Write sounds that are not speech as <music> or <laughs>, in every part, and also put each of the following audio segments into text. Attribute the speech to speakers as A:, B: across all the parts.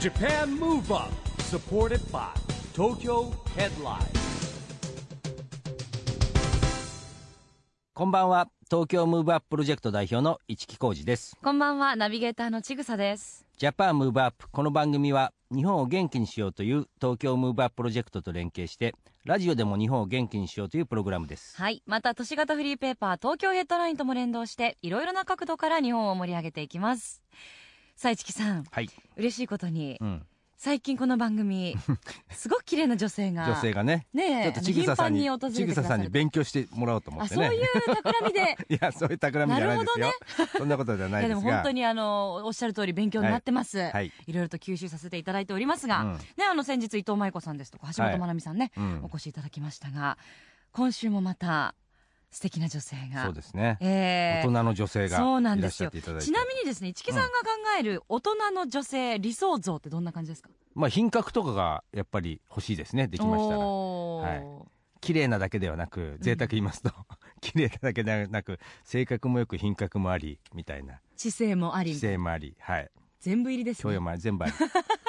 A: Japan Move Up supported by Tokyo Headline
B: こんばんは東京ムーブアッププロジェクト代表の市木浩司です
C: こんばんは、ナビゲーターのちぐさです。
B: ジャパンムーブアップこの番組は日本を元気にしようという東京ムーブアッププロジェクトと連携してラジオでも日本を元気にしようというプログラムです
C: はい、また都市型フリーペーパー東京ヘッドラインとも連動して、いろいろな角度から日本を盛り上げていきます。さあ、市木さん、
B: はい、
C: 嬉しいことに、
B: うん、
C: 最近この番
B: <laughs>
C: 組、すごく綺麗な女性が。
B: 女性がね
C: ねえ、
B: ちょっとちぐささんに
C: あの頻繁に訪
B: ち
C: れ
B: ぐ
C: てく
B: さ
C: ださ
B: さん
C: る
B: に勉強してもらおうと思
C: あ、
B: って
C: そうい
B: ね
C: う企み
B: <laughs>
C: で。い
B: いやそういう企みじゃないですよ、
C: な
B: そんなことじゃない
C: や
B: で
C: ですも
B: が
C: 本当にあのおっしゃる通り勉強になってます、
B: いはい
C: い、ろいろと吸収させていただいておりますが、
B: うん
C: ねあの先日伊藤舞子さんですとか橋本まなみさんね、
B: うん
C: お越しいただきましたが今週もまた素敵な女性が
B: そうですね、
C: え
B: 大
C: ー
B: 人の女性が
C: そうなん
B: いら
C: で
B: っ
C: す
B: しゃっ
C: よ
B: てい
C: ち
B: ただいて
C: なみにですね市木さんが考える大人の女性理想像ってどんな感じですか、
B: まあ品格とかがやっぱり欲しいですねできましたら
C: おー
B: 綺麗なだけではなく贅沢言いますと、 <laughs> 綺麗なだけではなく性格もよく品格もありみたいな
C: 姿勢もあり
B: 姿勢もありはい
C: 全部入りです
B: 教
C: ね
B: 養
C: や
B: もあり全部あり、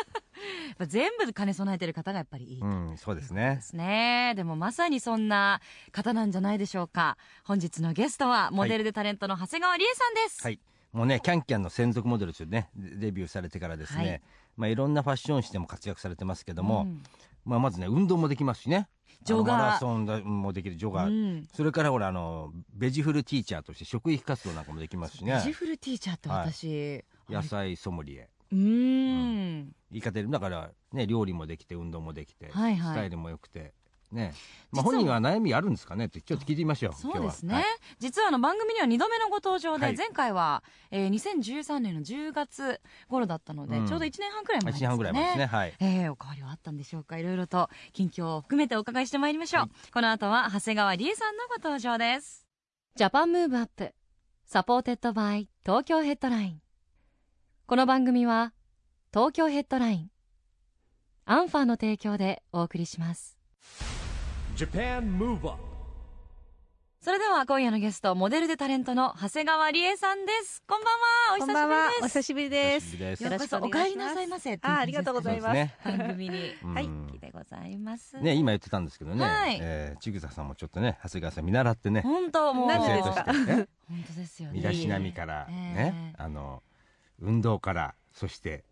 C: っぱ全部兼ね備えてる方がやっぱりいい、
B: うん、そうですね
C: ですねでもまさにそんな方なんじゃないでしょうか本日のゲストはモデルでタレントの長谷川理恵さんです、
B: はいもうねキャンキャンの専属モデルとしてねデデビューされてからですね、
C: はい
B: いまあ、いろんなファッション誌でも活躍されてますけども、
C: うん
B: まあ、まずね運動もできますしね
C: ジョガー
B: あのマラソンだもできるジョガー、
C: うん
B: それからほらあのベジフルティーチャーとして食育活動なんかもできますし
C: ベジ
B: ね
C: フルティーチャーって私、
B: 野菜ソムリエ
C: うーん
B: 言い方でだからね料理もできて運動もできて、
C: はいはい
B: スタイルも良くてねまあ
C: 実は
B: 本人は悩みあるんですかねってちょっと聞いてみましょう
C: そうですね、
B: 今日ははい
C: 実はあの番組には2度目のご登場で、
B: はい
C: 前回は、えー、2013年の10月頃だったので、
B: うん
C: ちょうど1年半くらい前
B: 1
C: で
B: 年
C: すかね
B: 半ぐらい前ですねはい
C: えーお変わりはあったんでしょうかいろいろと近況を含めてお伺いしてまいりましょう、この後は長谷川理恵さんのご登場ですジャパンムーブアップサポーテッドバイ東京ヘッドラインこの番組は東京ヘッドラインアンファーの提供でお送りします
A: Japan Move Up
C: それでは今夜のゲストモデルでタレントの長谷川理恵さんですこんばんはお久
D: こ
C: し
D: ん
C: ぶり
D: ばんは
C: で。す
D: お久しぶりで
B: 久し
D: す。
B: ぶりです
D: よろしくお願
C: ようこ
D: いします。
C: そお帰りなさいませっていう
D: あ、ありがとうございます。
B: そう
C: 番組に
B: うん
D: はい
C: でございます
B: ね今言ってたんですけどね、
C: はい
B: えーちぐささんもちょっとね長谷川さん見習ってね
C: 本当もう
D: な
B: 女
D: んで
B: 性
D: です
B: と
D: か
B: して
C: <laughs>
B: ね
C: 本当ですよね
B: 身だしなみからね、
C: え
B: あの運動からそして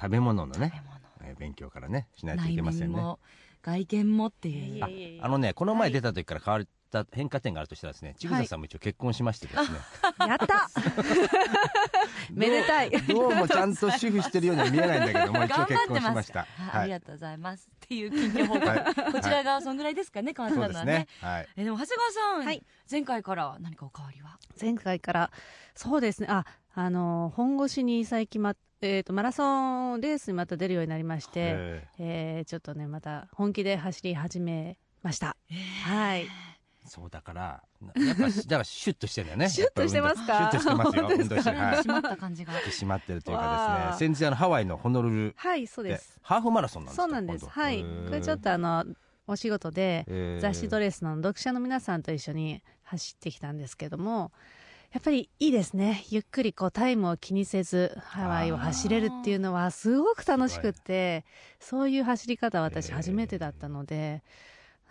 B: 食べ物のね
C: 食べ物
B: えー勉強からねしないとい
C: 内
B: けませんね
C: 面も外見もっていう
D: いえいえ
B: ああのねこの前出た時から変わった変化点があるとしたらですねちぐささんも一応結婚しましてですね、
D: やった。めでたい。
B: <laughs> どうもちゃんと主婦してるようには見えないんだけども
C: 頑
B: 一
C: 張
B: 応
C: っ
B: 結
C: て
B: 婚し
C: ま
B: ますした
C: ああ
B: は
C: り
B: い
C: がとうございますっていう近況報告、
B: はい
C: こちら側そんぐらいですかね変わっ
B: そ
C: た
B: う
C: の
B: で
C: は
B: す
C: ね
B: ねはい
C: えでも長谷川さん、
D: はい
C: 前回からは何かお変わりは
D: 前回から、そうですね。あ、あの、本腰に最近ま、えっ、と、マラソンレースにまた出るようになりまして、
B: え
D: えー、ちょっとね、また本気で走り始めました。はい。
B: ーそうだからなやっぱしだからシュッとしてんだよね
D: シュッとしてますか
B: やっぱ運動シュッとしてますよ運動して
C: な
B: はい
C: んか
B: し
C: 締まった感じが
B: てしまってるというか
D: わ
B: で
D: あ
B: すね先日あのハワイのホノルル
D: はい、そう
B: で
D: です。
B: ハーフマラソンなんですか
D: そうなんです。
B: 今度
D: は
B: へ
D: い。
B: ー
D: これちょっとあの、お仕事で、
B: えー
D: 雑誌ドレスの読者の皆さんと一緒に走ってきたんですけどもやっぱりいいですねゆっくりこうタイムを気にせずハワイを走れるっていうのはすごく楽しくってそういう走り方は私
B: へー
D: 初めてだったので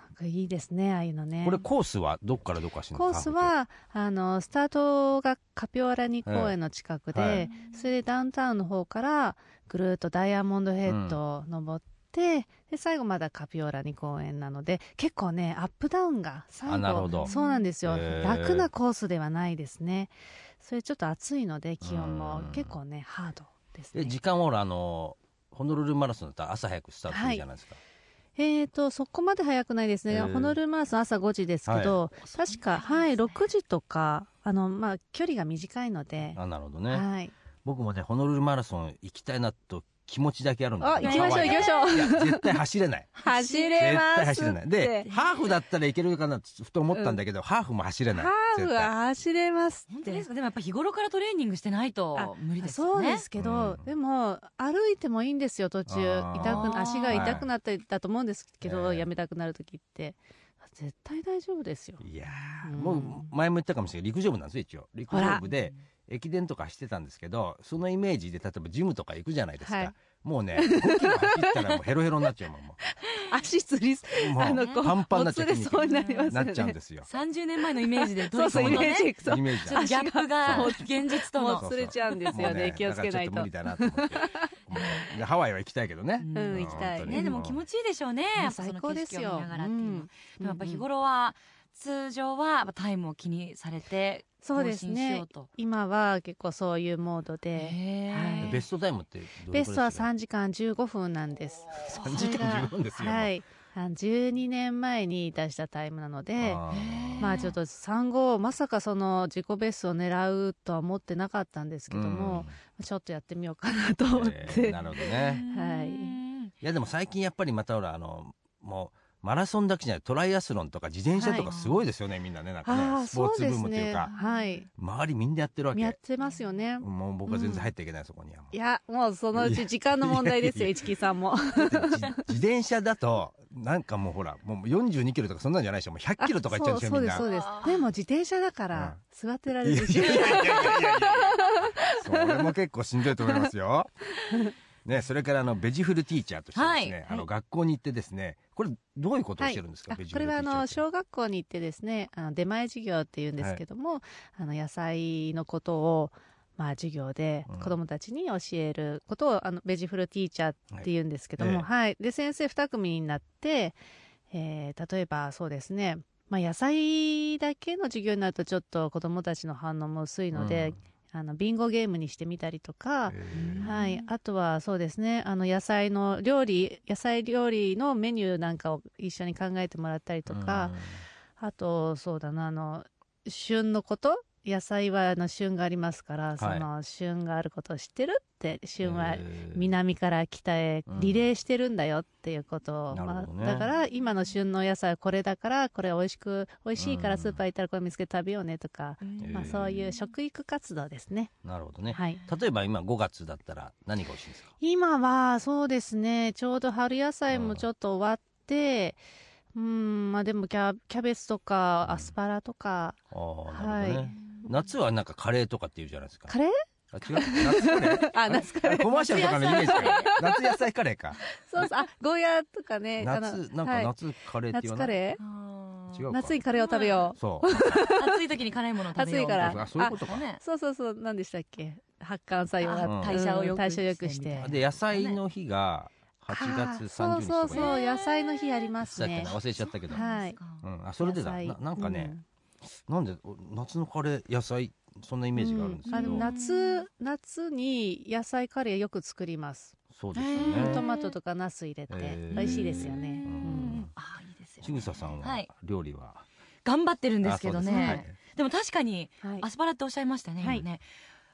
D: なんかいいですねああいうのね
B: これコースはどっからどっかし
D: コースはあのスタートがカピオラニ公園の近くで、
B: はいはい
D: それでダウンタウンの方からぐるっとダイヤモンドヘッドを登って、で最後まだカピオラニ公園なので結構ねアップダウンが最
B: あなるほ
D: 後
B: ど
D: そうなんですよ
B: へー
D: 楽なコースではないですねそれちょっと暑いので気温も
B: うん
D: 結構ねハードです
B: え
D: ね
B: 時間はほらあのホノルルマラソンだったら朝早くスタートするじゃないですか、
D: えーとそこまで早くないですね、
B: へー
D: ホノルルマラソン朝5時ですけど、確か、はい、6時とかあの、まあ、距離が短いので、
B: あなるほどね、
D: はい、
B: 僕もねホノルルマラソン行きたいなと気持ちだけあるんです
D: あ
B: けど
D: 行きましょう行きましょう
B: いや絶対走れない
D: <laughs> 走
B: 絶
D: れます
B: 対走れないで
D: って
B: ハーフだったらいけるかなってふと思ったんだけど、ハーフも走れない
D: ハーフは走れます
C: 本
D: っ
C: 当で
D: て
C: すかでもやっぱ日頃からトレーニングしてないと
D: あ
C: 無理ですよね
D: そうですけど、
B: うん
D: でも歩いてもいいんですよ途中
B: あー
D: 痛く足が痛くなったりだと思うんですけど、
B: はい
D: やめたくなる時って絶対大丈夫ですよ
B: 絶対いやー
D: うん
B: もう前も言ったかもしれない陸上部なんですよ一応陸上部で駅伝とか走ってたんですけどそのイメージで例えばジムとか行くじゃないですか、
D: はい
B: もうね5キロ走ったらもう <laughs> ヘロヘロになっちゃうもんも
D: 足つり、
B: うもう
D: あの、こう、
B: パンパンになっちゃ
D: も
B: う
D: つれそうになりますよね。
B: なっちゃうんですよ
C: 30年前のイメージでど
D: そ
C: れ
D: うそう、イ
C: の
D: メ
C: ね
D: ージ、そう
B: イ。メージ
C: ち
B: だ
C: ょっとギャップが
D: 足
C: 現実と
D: も
C: の
D: うつれちゃうんですよ
B: も
D: ね。気をつけないと
B: だ。からちょっと無理だなと思ってでハワイは行きたいけどね
C: う
D: うんん、行きたい。
B: 本当に
C: ねでも気持ちいいでしょうね
D: うん
C: やっぱその
D: 最高
C: 景
D: です
C: 色を
D: よ
C: 見ながらっていうのはでもやっぱ日
D: うんうん
C: 頃は通常はタイムを気にされて
D: そうです
C: 更新し
D: ね
C: ようと
D: 今は結構そういうモードで、
C: へー
B: ベストタイムってどれく
D: ベスト
B: らい
D: は
B: ですか
D: 3時間15分なんです。
B: 3時間15分ですよもう
D: はい。あの12年前に出したタイムなので、
B: あー
D: まあちょっと産後、まさかその自己ベストを狙うとは思ってなかったんですけども、ちょっとやってみようかなと思っ
B: え
D: て。
B: ーなるほどね
D: はい
C: うん
B: いやでも最近やっぱりまたほらあのもうマラソンだけじゃないトライアスロンとか自転車とか
C: はい
B: すごいですよね、みんなねなんか
D: あ
B: ね
D: あ、
B: スポー
D: そう
B: ツブ
D: で
B: ー
D: す
B: ムという
D: ね。
B: か
D: はい。
B: 周りみんなやってるわけ
D: やってますよね。
B: もう僕は全然入っていけない、そこにはもう
D: いや、もうそのうち時間の問題です
B: いや
D: よ、
B: いやいや
D: 市木
B: <laughs>
D: さんも。
B: だって自自転車だとなんかもうほらもう42キロとかそんなんじゃないでしょもう100キロとかいっちゃうでしょ
D: そう
B: み
D: そうんで
B: な
D: す、そうです。でも自転車だから、座ってられ
B: い
D: る
B: やい
D: し
B: やいやいやいやいやそれも結構しんどいと思いますよ。ね、それからあのベジフルティーチャーとしてですね、
C: はい
B: あの学校に行ってですね、これどういうことをしてるんですか、
D: あ
B: ベジフ
D: これ
B: ルティ
D: はあ
B: ーチャーって
D: の小学校に行ってですねあの出前授業っていうんですけども、あの野菜のことをまあ授業で
B: うん
D: 子どもたちに教えることを、あのベジフルティーチャーっていうんですけども、
B: はい
D: はいで先生2組になって、えー例えばそうですねまあ、野菜だけの授業になるとちょっと子どもたちの反応も薄いので、あのビンゴゲームにしてみたりとか、
B: うん
C: ー
D: はい、あとはそうですねあの野菜の料理野菜料理のメニューなんかを一緒に考えてもらったりとか、、あとそうだなあの旬のこと野菜はあの旬がありますから、その旬があることを知ってるって旬は
B: な、
D: 南から北へ
B: うん
D: リレーしてるんだよっていうことを、
B: なるほどね
D: まあ、だから今の旬の野菜はこれだからこれ美味しく美味しいか
B: う
D: ら
B: ん
D: スーパー行ったらこれ見つけて食べようねとか、
C: うん
D: まあ、そういう食育活動ですね。
B: なるほどね。
D: はい
B: 例えば今5月だったら何が欲しいんですか。
D: 今はそうですねちょうど春野菜もちょっと終わってうんまあでもキャキャベツとか
B: うん
D: アスパラとか、
B: あーなるほどね、
D: はい
B: 夏はなんかカレーとかって言うじゃないですか。
D: カレー
B: あ違う夏カレー
D: <laughs> あ夏
B: あれコマーシャルとかのイメージか夏野菜カレー
D: <laughs>
B: か。
D: そうそうあゴーヤーとかねあの
B: 夏なんか
D: はい
B: 夏カレーって言
D: 夏
B: わな
D: カ
B: い。
D: レ
C: あー
B: 違うか
D: ー夏にカレーを食べよう
B: そう。
C: 暑い時に辛いものを食べよう
D: 暑いから
B: あそういうことか
C: ね
D: そうそうそう何でしたっけ発汗作用
B: あ
D: が
C: 代謝を良くして
D: 代謝良くして
B: で野菜の日が8月
D: あ
B: 30
D: ー
B: 日
D: そ
B: と
D: うそ
B: か
D: う
B: ね
D: そう野菜の日あります
B: いつだっ
D: ね
B: けな忘れちゃったけど、
D: はい
B: うん、あそれでだ
D: 野菜
B: ななんかね
D: う、ん
B: なんでお夏のカレー野菜そんなイメージがあるんです
D: う
B: け
D: あで
B: ど、
D: も夏夏に野菜カレーよく作ります
B: そうですよね、
C: うん
D: トマトとかナス入れて
B: えー
D: 美味しいですよね、
B: う
D: うん
B: ん
C: あーいいですよ
B: ちぐささん
C: は
B: はい料理は、
C: 頑張ってるんですけど
B: あそうです
C: ね
B: ね
C: でも確かに
D: はい
C: アスパラっておっしゃいましたね今
D: はい
C: ね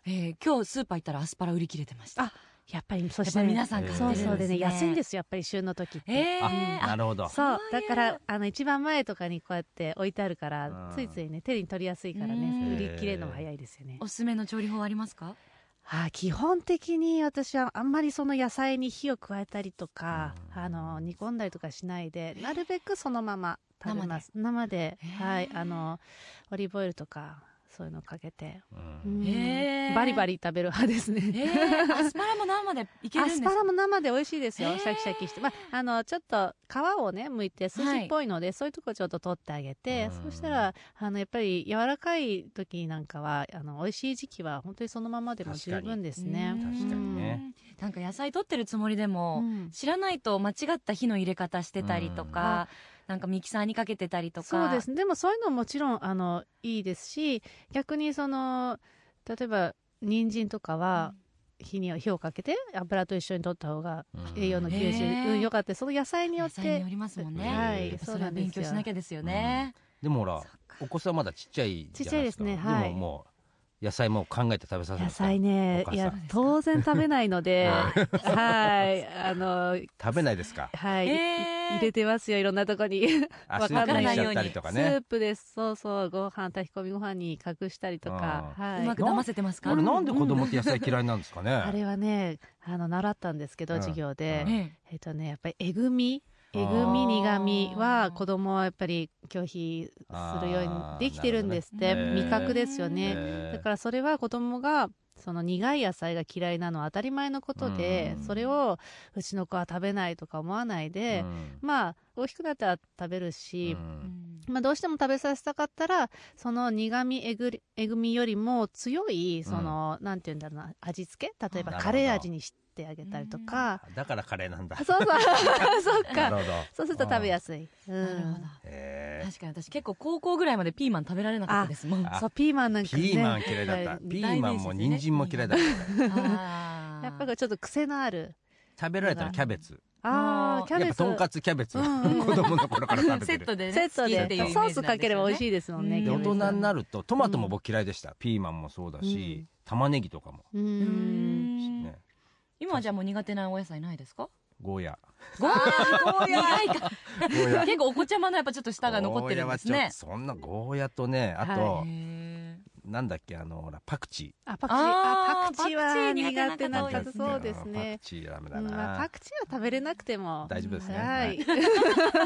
C: えー今日スーパー行ったらアスパラ売り切れてました
D: あやっぱりそ
C: やっ
D: し
C: ぱ
D: て
C: り皆さん買
B: え
C: っ
B: ー
C: て
D: そ
C: るん
D: う
C: ですね
D: そうでね安いんですよやっぱり旬の時って、
C: えー
B: あな
C: あ
B: るほど
D: そう
C: そうい
D: だ
C: う
D: からあの一番前とかにこうやって置いてあるから
B: うん
D: ついついね手に取りやすいから
C: うん
D: ね売り切れるのが早いですよね、
C: おすすめの調理法ありますか
D: あー基本的に私はあんまりその野菜に火を加えたりとか、
B: うん
D: あの煮込んだりとかしないでなるべくそのまま食べます生で
C: へー
D: はいあのオリーブオイルとかそういうのかけて、
B: う
D: うんん
C: へー
D: バリバリ食べる派ですね、
C: <laughs> えー
D: <laughs>
C: アスパラも生でいけるん
D: ア
C: です
D: ス
C: か
D: パラも生で美味しいですよ、
C: へー
D: シャキシャキして、まあ、あのちょっと皮をね剥いて筋っぽいので、そういうとこちょっと取ってあげて
B: うん
D: そうしたらあのやっぱり柔らかい時なんかはあの美味しい時期は本当にそのままでも十分ですね
C: う
B: 確
C: ん
B: かにね、
C: なんか野菜取ってるつもりで
D: う
C: も、
D: ん
C: 知らないと間違った火の入れ方してたりとか、なんかミキサーにかけてたりとか
D: そうですねでもそういうのももちろんあのいいですし逆にその例えば人参とかは火に火をかけて油と一緒に取った方が
B: うん
D: 栄養の吸収、
C: へー
D: うん、よかったその野菜によ
C: 野
D: っ
C: 菜に
D: て
C: よりますもんね、
D: は
B: やっ
D: い
C: そ
D: そう
C: れ
D: な
C: は
D: んで
C: 勉
D: す
C: 強
D: よ
C: しなきゃですよね、
B: でもほら
C: そっか
B: お子さんまだちっちゃいじゃないですか
D: ちっちゃいですねは
B: で
D: い
B: ももう野菜も考えて食べさせるん
D: 野
B: ですか
D: 菜ね
B: お母さん
D: いや当然食べないのではいあの
B: 食べないですか
D: はい、
C: えー
D: 入れてますよいろんなとこに、
B: あスープ
D: わかん
B: に
D: な
B: し
D: い
B: ち
D: よ
B: ゃ
D: う
B: っ
C: に
B: たりとか
D: スー
B: ね
D: プですそうそうご飯炊き込みご飯に隠したりとか
B: あ
D: は
C: う
D: い
C: まく騙せてますか、
B: これなんで子供って野菜嫌いなんですかね、
D: あれはねあの習ったんですけど、
B: うん
D: 授業で、
B: うん
C: え
D: えっとねやっぱりえぐみ
B: あ
D: え
B: ー
D: ぐみ苦みは子供はやっぱり拒否するようにできてるんですって、
B: あーなるほどね
D: 味覚ですよね、
B: えー
D: だからそれは子供がその苦い野菜が嫌いなのは当たり前のことで
B: うん
D: それをうちの子は食べないとか思わないで、まあ大きくなったら食べるし、まあ、どうしても食べさせたかったらその苦みえぐりえぐみよりも強いその、なんて言うんだろうな味付け例えば
B: なるほど
D: カレー味にしてあげたりとか、
B: だからカレーなんだ。 <laughs>
D: そうそうそっ
B: なるほど。
D: かそうすると食べやすい、う
C: なるほ
D: ん
C: ど、
B: えー
C: 確かに私結構高校ぐらいまでピーマン食べられなかったですもん
B: あ
D: そうピーマンなんかね
B: ピーマン嫌いだった。
D: うん
B: ピーマンも人参も嫌いだった。
C: <laughs> あー
D: やっぱりちょっと癖のある
B: 食べられたのキャベツ。
D: あ
C: あ
D: ー
C: ー
D: キ
B: や
D: ャ
B: っ
D: ベ
B: ぱ
D: ツ
B: とんかつキャベツ。
D: う
B: 子
D: んうん
B: 供の頃から食べ
C: セ
B: て
C: ット
B: る。
C: でね
D: セット
C: 好きって
D: で
C: いうイメージ
D: ソ
C: なん
D: ー
C: ですよ
D: ス
C: ね
D: かければ美味しいですもんね、
C: うん
B: で大人にな
D: る
B: るとトマトも僕嫌いでした。ピーマンもそうだし、玉ねぎとかも。
D: う
C: うー
D: ん
C: ん
B: ね
C: 今はじゃあもう苦手なお野菜ないですか
B: ゴーヤ。
C: ゴーヤゴーヤ <laughs> 苦いか
B: ゴーヤ。
C: 結構お子ちゃまのやっぱちょっと舌が残ってるんです
B: ゴーヤは
C: ね
B: ちょっとそんなゴーヤとね、あと、
D: は
C: へ
B: なんだっけ、あの、ほら、パクチー。
D: あパクチー
C: あー
D: あパクチー
C: パクチー苦
D: は苦
C: 手
D: 手
C: な方
D: な
C: 多い
D: 方
C: ですね
D: そうですね
B: パクチーダメ
D: う
B: だ
D: んまあ
B: な
D: パ。クチーは食べれなくても
B: 大丈夫ですね。
D: は
B: はいい。
C: ー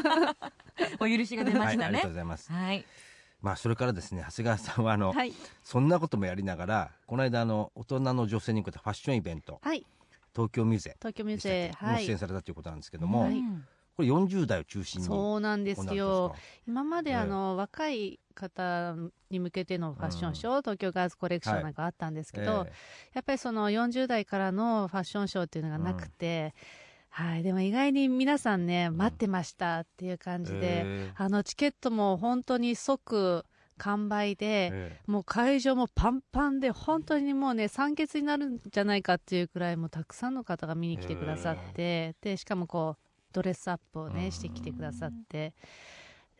C: お許しが出ま
B: は
C: し
B: い、あ
C: た
B: りが
C: ね
B: とうございます。
C: はい
B: まあ、それからですね、長谷川さんは、あの、
D: はい
B: そんなこともやりながら、この間、あの、大人の女性に向けたファッションイベント、
D: はい
B: 東京ミューゼ
D: 東京ミ
B: で
D: ュー
B: した
D: ジ
B: っけ
D: ェは
B: に出
D: い
B: 演されたということなんですけども、
D: はい
B: これ40代を中心に行わ
D: そうなん
B: れ
D: で
B: たんですす
D: よ
B: か。
D: 今まで
B: ええ
D: あの、若い方に向けてのファッションショー、東京ガールズコレクションなんかあったんですけど、
B: え
D: やっぱりその40代からのファッションショーっていうのがなくて、はい、でも意外に皆さんね、
B: ん
D: 待ってましたっていう感じで、
B: え
D: あのチケットも本当に即完売で、
B: ええ
D: もう会場もパンパンで、本当にもうね、酸欠になるんじゃないかっていうくらい、もうたくさんの方が見に来てくださって、で、しかもこう、ドレスアップを
B: う
D: ね、
B: ん
D: してきてくださって、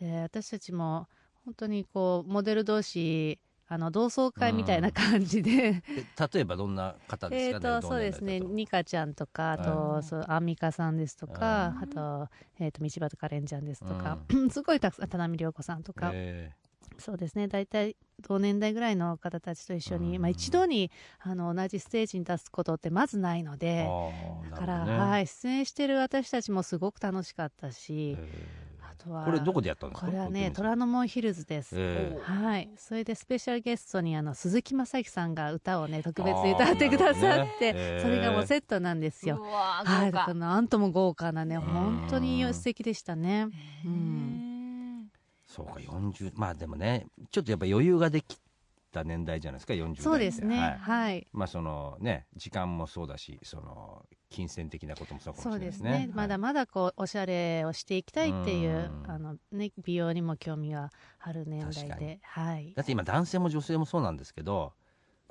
D: で、私たちも本当にこう、モデル同士、あの、同窓会みたいな感じで、
B: え例えばどんな方です
D: え
B: か、
D: ー、とそうですね、
B: 同
D: ニ
B: 年代だと
D: カちゃんとか、あと、
C: はい
D: そうアンミカさんですとか、
C: うん
D: あと,、えー、と道端カレンちゃんですとか、 <laughs> すごいたくさん、田波涼子さんとか、
B: え
D: そうですね、大体同年代ぐらいの方たちと一緒に、
B: うん
D: まあ、一度にあの同じステージに立つことってまずないの
B: え
D: で、
B: ああ
D: だから、
B: なるほどね
D: はい、出演してる私たちもすごく楽しかったし、
B: え
D: あとは、
B: えこれどこでやったんです
D: こ
B: か
D: れはね、
B: 東京ミュー
D: 虎ノ門ヒルズです。
B: ええ
D: はい、それでスペシャルゲストにあの鈴木雅之さんが歌をね特別に歌ってくださって、
B: あーなるほどねへー
D: それがもうセットなんです
C: う
D: よ。
C: わー
D: は
C: 豪
D: い、だ
C: 華
D: からなんとも豪華なね
B: ん
D: 本当に素敵でしたね。
C: へ
B: ゼ
C: ー
B: そうか40まあでもねちょっとやっぱ余裕ができた年代じゃないですか40代って
D: そうですね、
B: はい
D: はい、
B: まあそのね時間もそうだしその金銭的なこともそうかもし
D: そ
B: れな
D: う
B: いで
D: ですす
B: ね
D: ね
B: はい
D: まだまだこうおしゃれをしていきたいっていう
B: うん
D: あのね美容にも興味がある年代
B: 確かに
D: で、はい、
B: だって今男性も女性もそうなんですけど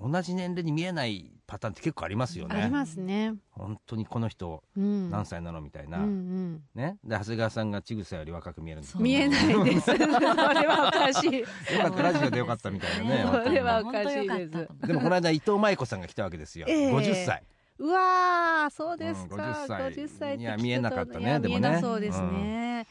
B: 同じ年齢に見えないパターンって結構ありますよ
D: あり
B: ね
D: ますね。
B: 本当にこの人
D: うん、
B: 何歳なのみたいな、
D: うんうん
B: ねで長谷川さんがちぐさより若く見えるんです
C: そう
D: 見えないです。
B: <laughs>
D: <laughs> それはおかしい。
B: よかったラジオでよかったみたいなね
D: そうそれは
B: 本
D: おかしいで
C: 本
D: す
C: 当よかった
B: 当にでもこの間伊藤舞子さんが来たわけですよ、
D: ええ
B: 50歳
D: うわー、そうですか。
B: うん50歳
D: 50歳って聞くと
B: いや見えなかったね
D: いや
B: でもね
D: 見えなそうですね。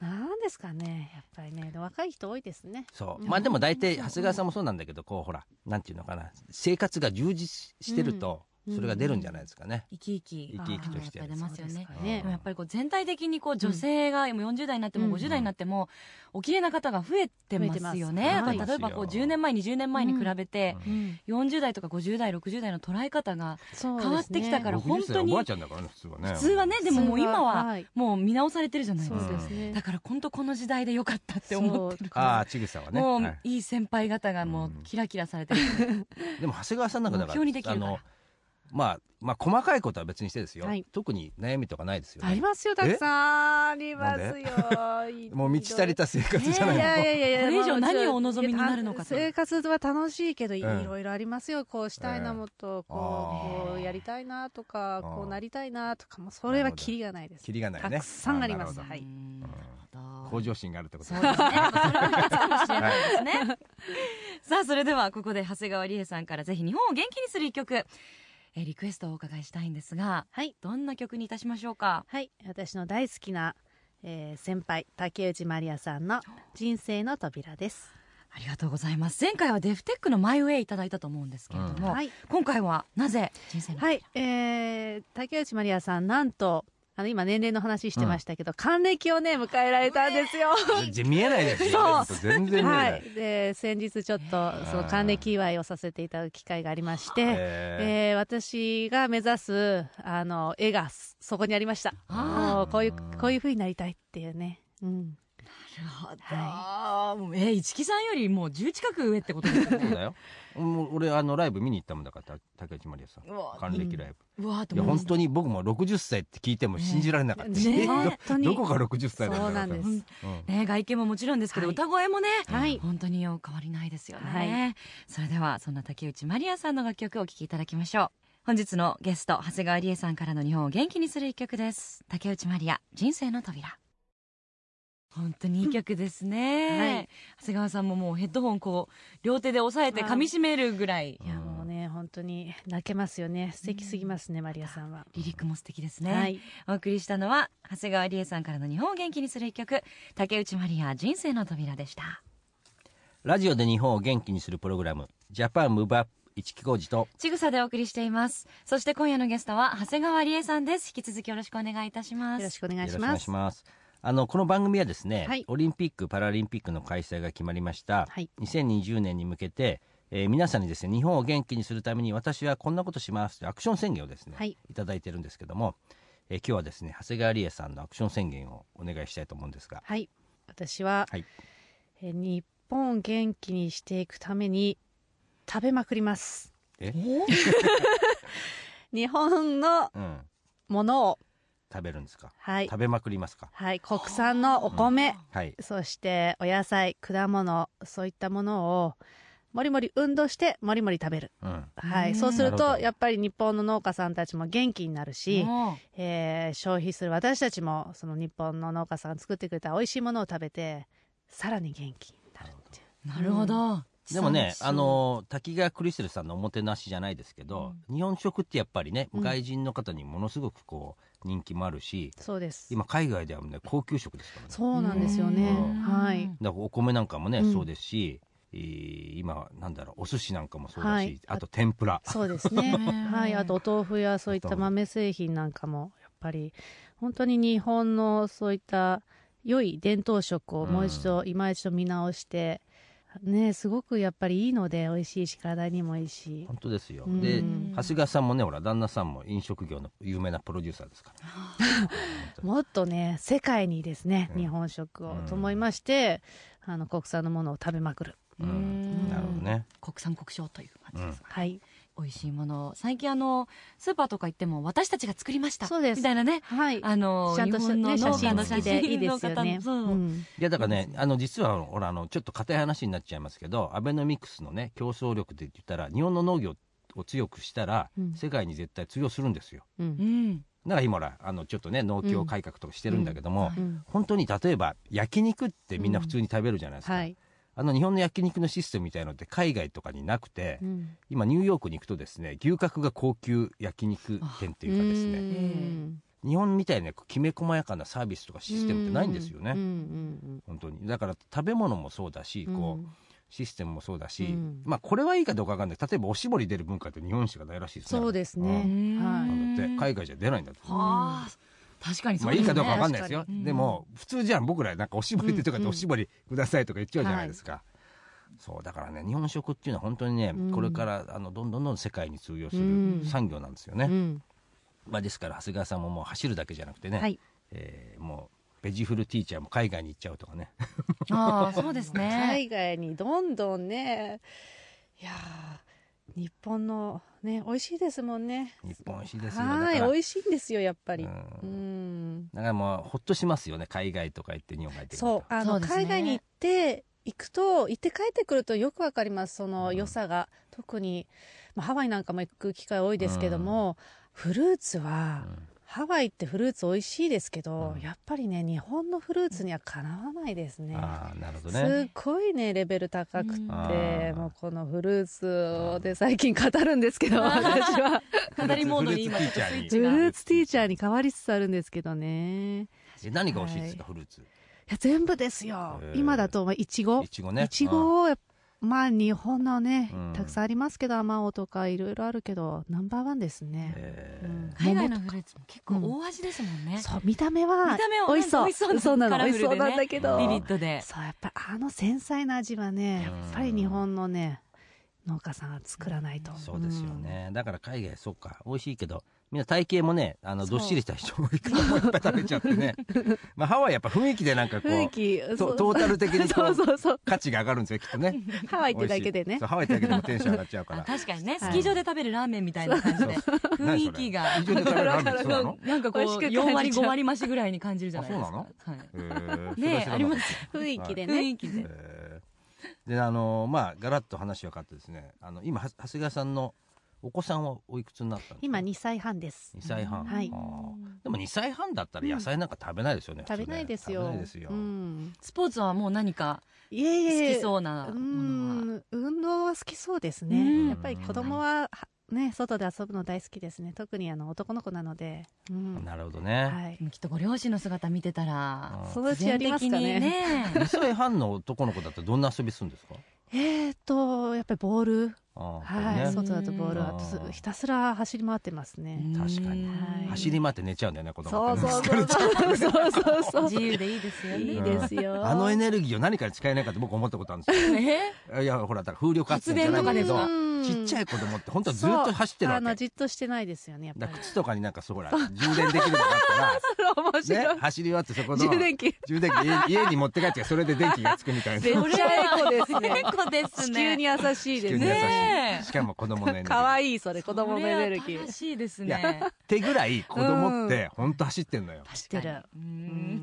D: なんですかね、やっぱりね、若い人多いですね。
B: そう
D: うん
B: まあでも大体長谷川さんもそうなんだけどこうほらなんていうのかな生活が充実してると
D: うん
B: それが出るんじゃないですかね、
C: 生き生き
B: 生き生きとして
C: あーやっぱ出ますよ
D: そう
C: ね
D: ですか
B: ね
C: でもやっぱりこう全体的にこう女性が今40代になって
D: うん
C: も50代になってもお綺麗な方が増えてますよね、
D: 増えてます
C: 例えばこう10年前20年前に比べて
B: うん
D: うん
C: 40代とか50代60代の捉え方が
D: そうですね
C: 変わってきたから本当
B: 60歳
C: に
B: おばあちゃんだからね普通はね
C: 普通はねでももう今はいもう見直されてるじゃない
D: そ
C: で
D: う
C: す
B: ん
C: か
D: ですね。
C: だから本当この時代でよかったって思ってる
B: ああちぐさはね
C: も
B: はいう
C: いい先輩方がもうキラキラされてる、
B: でも長谷川さんなんかだから
C: 目標にでき
B: あ
C: るから
B: のまあまあ細かいことは別にしてですよ、
D: はい
B: 特に悩みとかないですよ
D: あり
B: ね
D: ますよ、たくさんありますよ。
B: もう満ち足りた生活じゃ
D: い
B: ないの、
D: ろいろ。いやいやいやいや、
C: これ以上
D: まあ
C: 何をお望みになるのかと
D: いや生活は楽しいけど、い
B: うん
D: ろいろありますよ。こうしたいなもっと、こ
B: あ
D: う
B: ー
D: こうやりたいなとか、
B: ー
D: こうなりたいなとか、もうそれはキリがないです
B: キ。リがないね
D: たくさんあります
B: ーなる
D: はい
C: うんなるほ
B: ほ
C: ど
B: ど向上心があるってこと
C: そうですね。やっぱそれも一つかもしれないですね。 <laughs> さあ、それではここで長谷川理恵さんからぜひ日本を元気にする一曲、えーリクエストをお伺いしたいんですが、
D: はい。
C: どんな曲にいたしましょうか
D: はい、私の大好きな、えー先輩竹内まりやさんの人生の扉です。
C: ありがとうございます。前回はデフテックのマイウェイいただいたと思うんですけれども、
D: はい、
C: 今回はなぜ人生の、
D: はい、えー竹内まりやさんなんとああの今年齢の話してましたけど、還暦をね迎えられたんですよ。
B: 全然見えないです
D: そう
B: よ。全然見えな。
D: はいい、で先日ちょっとその還暦祝いをさせていただく機会がありまして、
B: え
D: えー私が目指すあの絵がそそこにありました
C: あー
D: もうこういうこういうふうになりたいっていうね、うん、
C: あーもうえ一木さんよりもう10近く上ってことですよ
B: ーそう
C: ね
B: だよ。もう俺あのライブ見に行ったもんだからた竹内まりやさん
C: <laughs> うわ。
B: 還暦ライ
C: うわーと
B: ブ。いや
C: 思いま
B: 本
C: し
B: 当に僕も60歳って聞いても信じられなかったし。ど
D: ね本当に
B: どこが60歳なんだろう
D: そうなんで
C: う
D: す、
C: ん
B: うん
C: たね外見ももちろんですけど、
D: はい
C: 歌声もね、
D: はい
C: 本当にお変わりないですよね、
D: は
C: それではそんな竹内まりやさんの楽曲をお聴きいただきましょう本日のゲスト長谷川理恵さんからの日本を元気にする一曲です竹内まりや人生の扉本当にいい曲ですね、
D: はい
C: 長谷川さんももうヘッドホンこう両手で押さえて噛み締めるぐらい
D: いやもうね本当に泣けますよね素敵すぎますね、マリアさんは、
C: リリックも素敵ですね、
D: はい
C: お送りしたのは長谷川理恵さんからの日本を元気にする一曲竹内まりや人生の扉でした
B: ラジオで日本を元気にするプログラムジャパンムーブアップ一木工事と
C: ちぐさでお送りしていますそして今夜のゲストは長谷川理恵さんです引き続きよろしくお願いいたしま
D: よろ
C: す
D: しくお願いし
B: よろ
D: ま
B: しく
D: す
B: お願いしますあのこの番組はですね、
D: はい
B: オリンピック・パラリンピックの開催が決まりました、
D: はい
B: 2020年に向けて、えー皆さんにですね日本を元気にするために私はこんなことしますというアクション宣言をですね、
D: はいい、
B: ただいてるんですけども、えー今日はですね長谷川理恵さんのアクション宣言をお願いしたいと思うんですが、
D: はい私は、
B: はい
D: えー日本を元気にしていくために食べまくります
B: え
D: <laughs> 日本の
B: うん、
D: ものを
B: 食べるんですか、
D: はい
B: 食べまくりますか
D: はい国産のお米、
B: はい
D: そしてお野菜、果物、そういったものを、もりもり運動して、もりもり食べる。
B: うん
D: は
C: うん
D: い。そうする
B: なるほ
D: と、
B: ど
D: やっぱり日本の農家さんたちも元気になるし、
C: も
D: えー消費する私たちも、その日本の農家さんが作ってくれた美味しいものを食べて、さらに元気になるっていう。
C: うなるほど
B: でもね、
C: 地産地消
B: あの滝川クリステルさんのおもてなしじゃないですけど、日本食ってやっぱりね、外人の方にものすごくこう人気もあるし、
D: そうです。
B: 今海外ではね高級食ですからね。
D: そうなんですよね
B: うん。
D: はい。
B: だからお米なんかもね、
D: うん
B: そうですし、えー今なんだろうお寿司なんかもそうだし、
D: はい
B: あと天ぷら。
D: そうですね。はい。あと、お豆腐やそういった
B: お豆腐
D: 豆製品なんかも、やっぱり、本当に日本のそういった良い伝統食をもう一度、今一度見直して、ね、すごくやっぱりいいので、美味しいし、体にもいいし。
B: 本当ですよ。
D: うん
B: で長谷川さんもねほら旦那さんも飲食業の有名なプロデューサーですから。
D: もっとね、世界にですね、
B: うん
D: 日本食を
B: うん
D: と思いまして、あの、国産のものを食べまくる。
B: うん
C: うん
B: なるほどね。
C: 国産国消という感じですか、
D: はい。
C: 美味しいものを最近あのスーパーとか行っても私たちが作りました
D: そうです
C: みたいなね
D: はい。
C: あの
D: ちゃんと
C: 日
D: した、
C: 本の
D: ね、写
C: 農家
D: 真
C: の
D: 付
C: 写
D: きでいい
C: 真
D: で
C: の
D: すよ
C: 方
D: ね。
C: そう
D: うん
B: いやだからね、あの実はほらあのちょっと硬い話になっちゃいますけどアベノミクスのね競争力で言ったら日本の農業を強くしたら、
D: うん
B: 世界に絶対通用するんですよ
D: うん
C: うん
B: だから今ほらあのちょっとね農協改革とかしてるんだけども、
C: うんうん
D: うん
B: 本当に例えば焼肉ってみんな普通に食べるじゃないですか、
D: はい。
B: あの日本の焼肉のシステムみたいのって海外とかになくて、
D: うん
B: 今ニューヨークに行くとですね牛角が高級焼肉店っていうかですね
D: うん
B: 日本みたいなきめ細やかなサービスとかシステムってないんですよね、
D: うんうん
B: 本当にだから食べ物もそうだし、
D: うん
B: こうシステムもそうだし、
D: うん
B: まあこれはいいかどうかわかんない例えばおしぼり出る文化って日本しかないらしいですね
D: そうですね、
C: うん
D: は
B: うんだって海外じゃ出ないんだと、
C: はあ確かに
B: ま
C: そ
B: あ
C: う
B: い
C: で
B: い
C: す
B: か
C: ね、
B: どうかわかんないですよ、
C: 確かに
B: でも普通じゃん僕らなんかおしぼりでとかって
D: うん
B: おしぼりくださいとか言っちゃうじゃないですか、そうだからね日本食っていうのは本当にね、
D: うん
B: これからあのどんどんどん世界に通用する
D: うん
B: 産業なんですよね、
D: い、うん
B: まあ、ですから長谷川さんももう走るだけじゃなくてね、
D: はい
B: えーもうベジフルティーチャーも海外に行っちゃうとかね
C: ああそうですね <laughs>
D: 海外にどんどんねいやー日本のね美味しいですもんね
B: 日本美味しいですよだ
D: は
B: か
D: い
B: ら
D: 美味しいんですよやっぱり
B: う
D: うんん
B: だからもうほっとしますよね海外とか行って日本帰ってくると
D: そうあ
C: そう
D: の
C: ですね
D: 海外に行って行くと行って帰ってくるとよくわかりますそうの
B: ん
D: 良さが、特に、まあ、ハワイなんかも行く機会多いですけども、フルーツは、ハワイってフルーツ美味しいですけど、
B: うん
D: やっぱりね日本のフルーツにはかなわないですね。
B: ああなるほどね
D: すっごいねレベル高
C: う
D: く
C: ん
D: て
B: あー
D: もうこのフルーツをで最近語るんですけど私は
C: 語りモードに今ちょっとスイッ
D: <laughs> フ
C: チ
D: ル
C: が
D: ーツティーチャーに変わりつつあるんですけどねい
B: え何が美味しいですか、フルーツ
D: や全部ですよ
B: へー
D: 今だとまあいちご
B: いちごね
D: いちごをやっまあ日本のね、
B: うん
D: たくさんありますけどアマオとかいろいろあるけどナンバーワンですね、
B: えー
D: うん
C: 海外の
D: 桃と
C: フルーツも結構大味ですもんね、
D: そう見た目は
C: 見た目は
D: 美味しそう
C: 美味しそうな
D: そうなの
C: カラ
D: 美
C: フルで
D: 味し
C: ね
D: そうなんだけど
C: ビビットで
D: そうやっぱあの繊細な味はねやっぱり日本のね農家さんは作らないと、
B: そうですよね、だから海外そうか美味しいけどみんな体型もねあのどっしりした人多いからもういっぱい食べちゃって
D: <laughs>
B: ね、まあ、ハワイやっぱ雰囲気でなんかこ
D: 雰囲
B: う
D: 気
B: と
D: そう
B: トータル的にこ
D: <laughs> そううそうそう
B: 価値が上がるんですよきっとね
D: ハワイってだけ
B: 美味
D: で
B: しい
D: ね
B: そうハワイってだけでもテンション上がっちゃうか
C: あ
D: <laughs>
B: ら
C: 確かにね、
D: はい
C: スキー場で食べるラーメンみたいな感じで
B: そう
C: 雰囲気が
B: 何それ非常に食べるラーメンそうなの
C: <laughs> なんかこう
D: 美味しく感じちゃう
C: 4割5割増しぐらいに感じるじゃないですか
B: あ
C: はい
B: えー
C: ね
B: それは知らなかった
C: あります
D: 雰囲気でね、
C: 雰囲気で
B: えーであのまあガラッと話は変わってですねあの今は長谷川さんのお子さんはおいくつになったんです
D: 今
B: か
D: 2歳半です
B: 2歳半、
D: はい
B: あーでも2歳半だったら野菜なんか食べないですよね、普通
D: 食
B: ね
D: べないですよ
B: 食べないですよ、
D: うん、
C: スポーツはもう何か
D: いえ
C: 好
D: いえ
C: きそうな
D: う
C: ものは
D: ん運動は好きそうです
C: う
D: ね
C: ん
D: やっぱり子供ははね外で遊ぶの大好きですね特にあの男の子なので、うん
B: なるほどね、
D: はい
C: で、もきっとご両親の姿見てたら
D: そのうちやりますか
C: 自
D: ね
C: 然的に <laughs>
B: 2
C: ね
B: 歳半の男の子だったらどんな遊びするんですか
D: えーとやっぱりボール
B: あー
D: はい、
B: これね
D: 外だとボール
B: うん
D: あとすひたすら走り回ってますね、
B: 確かに
C: はい
B: 走り回って寝ちゃうんだよね子供
D: そ
B: っ
D: う
B: てね <laughs>
D: そうそう <laughs> そうそうそうそう
C: 自由でいいですよ
D: い
C: ね
D: いですよ
B: あのエネルギーを何かに使えないかって僕思ったことあるんです
C: え
B: よいやほらだから風力発電じゃないけど
D: 発電とかですか
B: ちっちゃい子供って本当はずっと走ってる
D: そう
B: わ
D: あ
B: け
D: のじっとしてないですよねやっ
B: だ
D: ぱ
B: か
D: り
B: ら靴とかになんかそこら充電できるのがあ
D: <laughs>
B: っ
D: 面
B: た
D: 白
B: ら、
D: い
B: ね、走り終わってそ
D: <laughs>
B: この
D: 充電器
B: 充電器家家に持って帰ってそれで電気がつくみたい
D: <laughs>
B: な
D: めっちゃエコです
C: <laughs> え
D: ね
C: 猫です
D: 地
C: ね
D: 球に優しい
B: 地球に優しい
D: ですね
C: ねえ
B: しかも子供のエネルギー
D: 可愛いそれ子供のエネルギ
C: これは
D: ー
C: 新しいです
B: いや
C: ね
B: ってぐらい子供って本当走ってんのよ、
D: 走ってる
C: う
D: うん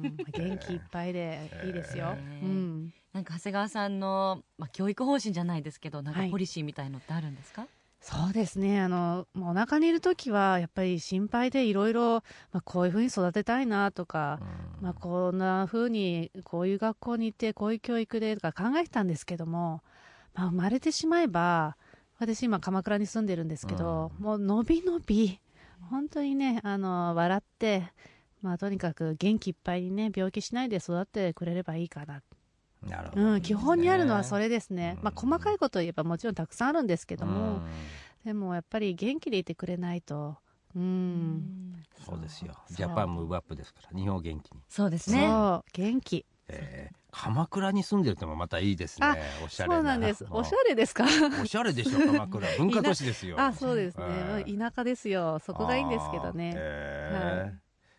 D: ん元気いっぱいでいいですよ、
C: えー
D: うん
C: なんか長谷川さんの、まあ、教育方針じゃないですけどなんか
D: はい
C: ポリシーみたいのってあるんですか、
D: そうですねあの、まあ、お腹にいる時はやっぱり心配でいろいろまあこういうふうに育てたいなとか、まあ、こんなふうにこういう学校に行ってこういう教育でとか考えてたんですけども、まあ、生まれてしまえば私今鎌倉に住んでるんですけど、もうのびのび本当にねあの笑って、まあ、とにかく元気いっぱいにね病気しないで育ってくれればいいかな、
B: なるほど、
D: うん、基本にあるのはそ
B: れ
D: れですね、まあ、細かいことを言えばもちろんたくさんあるんですけども。でもやっぱり元気でいてくれないと、うん、
B: そうですよ
D: そう
B: ジャパンムーブアップですから日本を元気に、
C: そうですね
D: そう、元気。
B: えー鎌倉に住んでるってのもまたいいですね
D: あ
B: おし
D: そ
B: ゃれな
D: うなんです。
B: もう
D: おしゃれですか。
B: おしゃれでしょ鎌倉文化都市ですよ <laughs>
D: あ、そうですね
B: え。え
D: 田舎ですよ。そこがいいんですけど
B: あー
D: ね。
B: えー
D: は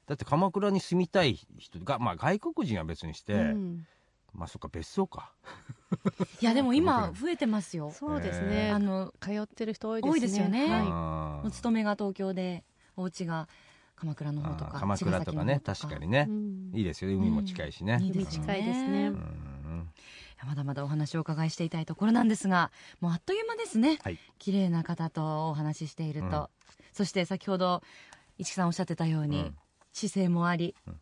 B: だって鎌倉に住みたい人が、まあ、外国人は別にして、
D: うん、
B: まあそっか別荘か
C: いやでも今増えてますよ
D: そうです
B: え
D: ね
C: あ。の
D: 通ってる人多いですね。
C: 多いですよね
D: は
B: は
C: お勤めが東京でお家が鎌倉の方とか
B: 鎌倉とかね
C: 茅ヶ崎の方
B: 確かに
D: い。
B: ね
D: う、ん
B: いいですよね海も近いしね、
C: いいで
D: 海
C: すよね
D: 近いですね
C: うん。
B: うん
C: いやまだまだお話をお伺いしていたいところなんですがもうあっという間ですね、
B: はい
C: 綺麗な方とお話ししていると、
B: うん
C: そして先ほど市木さんおっしゃってたように、
B: うん
C: 姿勢もあり、
B: ん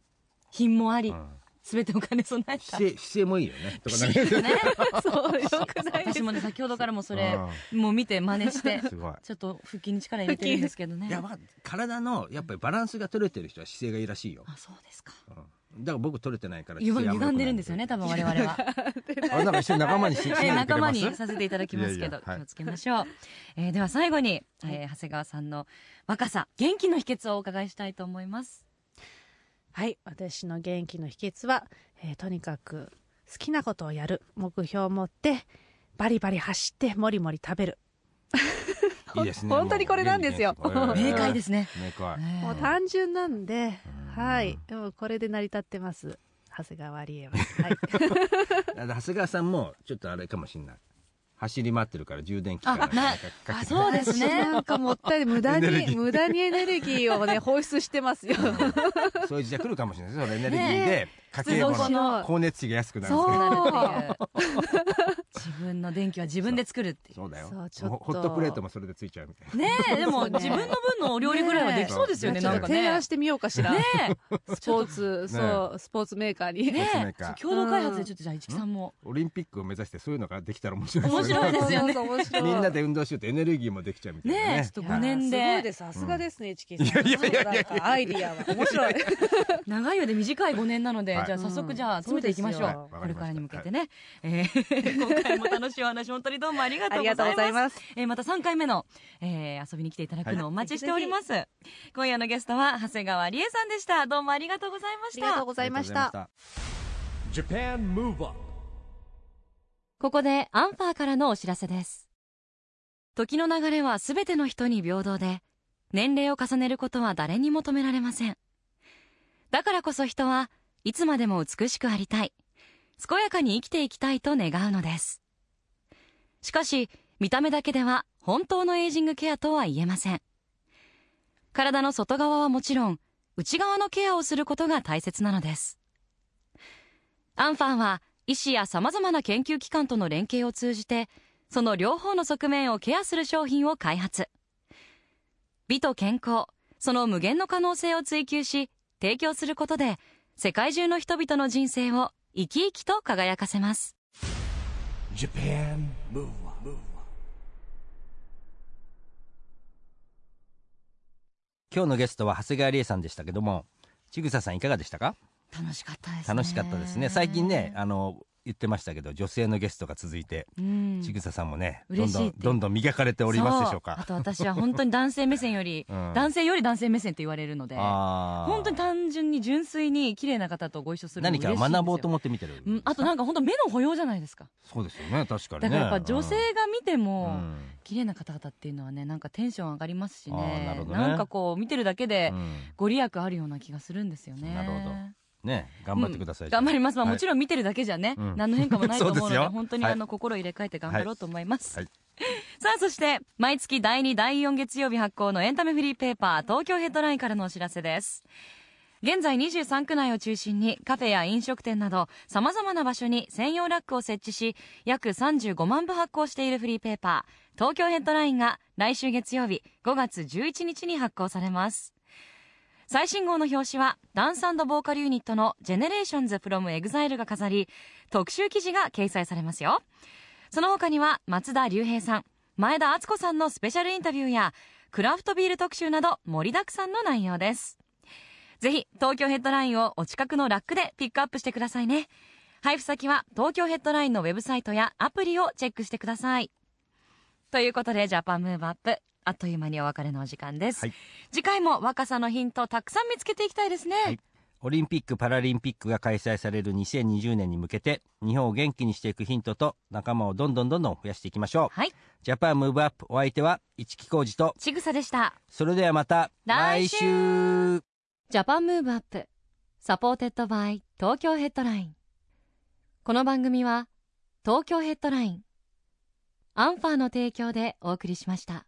C: 品もあり、
B: うん
C: 全てお金備えた
B: <laughs> 姿勢姿勢もいいよ
C: <laughs>
B: ねとかなんか
C: ね、
D: <laughs> そう、よくないです
C: 私。もね先ほどからもそれもう見て真似して
B: すごい
C: <laughs> ちょっと腹筋に力入れてるんですけどね
B: いや、まあ、体のやっぱりバランスが取れてる人は姿勢がいいらしいよ、
C: あそうですか
B: うんだから僕取れてないから姿勢あま
C: 歪
B: り良く
C: ん
B: な
C: で
B: い
C: るんですよね多分我々は
B: あれなんか一緒に仲間にししないでく
C: <laughs> え
B: れます
C: 仲間にさせていただきますけど
B: いやいやはい
C: 気をつけましょう、えーでは最後に、えー長谷川さんの若さ元気の秘訣をお伺いしたいと思います
D: はい、私の元気の秘訣は、えーとにかく好きなことをやる目標を持ってバリバリ走ってもりもり食べる
B: いいですね
D: 本当にこれなんですよ
B: もう元気
C: <laughs> 明
B: 元気
C: 快ですね、
B: 明快
C: えー
D: もう単純なんで、
B: うん
D: はいでもこれで成り立ってます長谷川理恵は、はい、
B: だから長谷川さんもちょっとあれかもしれない走り回ってるから充電器か
C: あ
B: ら
C: なあそうで
B: <laughs>
C: すね
D: なんかもったいない無駄
B: エネルギ
D: に
B: ー
D: 無駄にエネルギー
C: <laughs>
D: をね放出してますよ
B: そういう時代来るかもしれないですそれエネルギー
D: ね
B: で家計
C: 普通
B: 簿
C: の
B: の光熱費が安くなるんですね <laughs>
C: そう自分の電気は自分で作るっていう
B: そうだよ
D: そうちょっと
B: ホホットプレートもそれでついちゃうみたいな
C: ねえでも
D: そうね
C: 自分の分のお料理ぐらいはできそうですよ
B: ね
C: ね
B: え
C: な
D: ちょ
C: ん
D: っと
C: か
D: 提
C: ね
D: 案してみようかしら、
C: ねえ
D: スポー
B: ちょっ
D: ツ、
B: と
D: そう、スポーツメーカーに、
B: ね
C: ね
B: え
C: 共同開発でちょっとじゃあ市木さんも
B: オリンピックを目指してそういうのができたら面白い
C: 面白いですよね
D: そうそう面白
B: <laughs>
D: い
B: みんなで運動しようとエネルギーもできちゃうみたいなね
C: ねえちょっと5年
D: いやーすごい
C: で
D: ですさすがですね、チキンさん。いやいやいやアイディアは面白い。
C: 長いようで短い5年なので
E: はい
C: じゃあ早速
D: うん
C: じゃあ詰めていきましょう、
D: そうです
E: よ
C: これからに向けてね、えー <laughs> 今回も楽しいお話本当にどうもありがとうございますま
D: ます。
C: えーまた3回目の、えー遊びに来ていただくのをお待ちしております、今夜のゲストは長谷川理恵さんでしたどうもありがとうございま
D: あ
C: し
D: りがと
C: た
D: うございました。
A: Japan Move Up
C: ここでアンファーからのお知らせです。時の流れは全ての人に平等で、年齢を重ねることは誰にも止められません。だからこそ人はいつまでも美しくありたい、健やかに生きていきたいと願うのです。しかし、見た目だけでは本当のエイジングケアとは言えません。体の外側はもちろん、内側のケアをすることが大切なのです。アンファンは医師や様々な研究機関との連携を通じて、その両方の側面をケアする商品を開発。美と健康、その無限の可能性を追求し、提供することで、世界中の人々の人生を生き生きと輝かせます。
A: Japan Move Up
B: 今日のゲストは長谷川理恵さんでしたけどもちぐささんいかがでしたか
C: 楽しかったですね。
B: 楽しかったですね最近ね、あの言ってましたけど女性のゲストが続いて
C: うん
B: ちぐささんもね、ど
C: 嬉
B: ん
C: し
B: ど
C: いっ
B: ん
C: て
B: どんどん磨かれておりますでしょう
C: そあ
B: か
C: と私は本当に男性目線より、
B: うん
C: 男性より男性目線って言われるので、
B: あー
C: 本当に単純に純粋に綺麗な方とご一緒するの
B: 何
C: 嬉しいん
B: か
C: ですよ
B: 学ぼうと思って見てる
C: うん、あとなんか本当目の保養じゃないですか
B: そうですよね確かにね
C: だからやっぱ女性が見て
B: うん
C: も、
B: うん
C: 綺麗な方々っていうのはねなんかテンション上がりますしね
B: あーなるほどね
C: んかこう見てるだけで
B: うん
C: ご利益あるような気がするんですよね
B: なるほどね頑張ってください、
C: 頑張ります、まあ
B: はい
C: もちろん見てるだけじゃね、
B: うん
C: 何の変化もないと思うので
B: <laughs> そうですよ
C: 本当に
B: はい
C: あの心を入れ替えて頑張ろうと思います、
B: はい
C: <laughs> さあそして毎月第2第4月曜日発行のエンタメフリーペーパー東京ヘッドラインからのお知らせです現在23区内を中心にカフェや飲食店など様々な場所に専用ラックを設置し約35万部発行しているフリーペーパー東京ヘッドラインが来週月曜日5月11日に発行されます最新号の表紙はダンスボーカルユニットの GENERATIONSFROMEXILE が飾り特集記事が掲載されますよその他には松田龍平さん前田敦子さんのスペシャルインタビューやクラフトビール特集など盛りだくさんの内容ですぜひ東京ヘッドラインをお近くのラックでピックアップしてくださいね配布先は東京ヘッドラインのウェブサイトやアプリをチェックしてくださいということでジャパンムーブアップあっという間にお別れのお時間です、
B: はい
C: 次回も若さのヒントたくさん見つけていきたいですね、
B: いオリンピック・パラリンピックが開催される2020年に向けて日本を元気にしていくヒントと仲間をどんどんどんどん増やしていきましょう、
C: はい
B: ジャパンムーブアップお相手は市木浩二と
C: ちぐさでした
B: それではまた
C: 来週
B: 来週
C: ジャパンムーブアップサポーテッドバイ東京ヘッドラインこの番組は東京ヘッドラインアンファーの提供でお送りしました。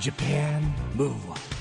A: Japan Move Up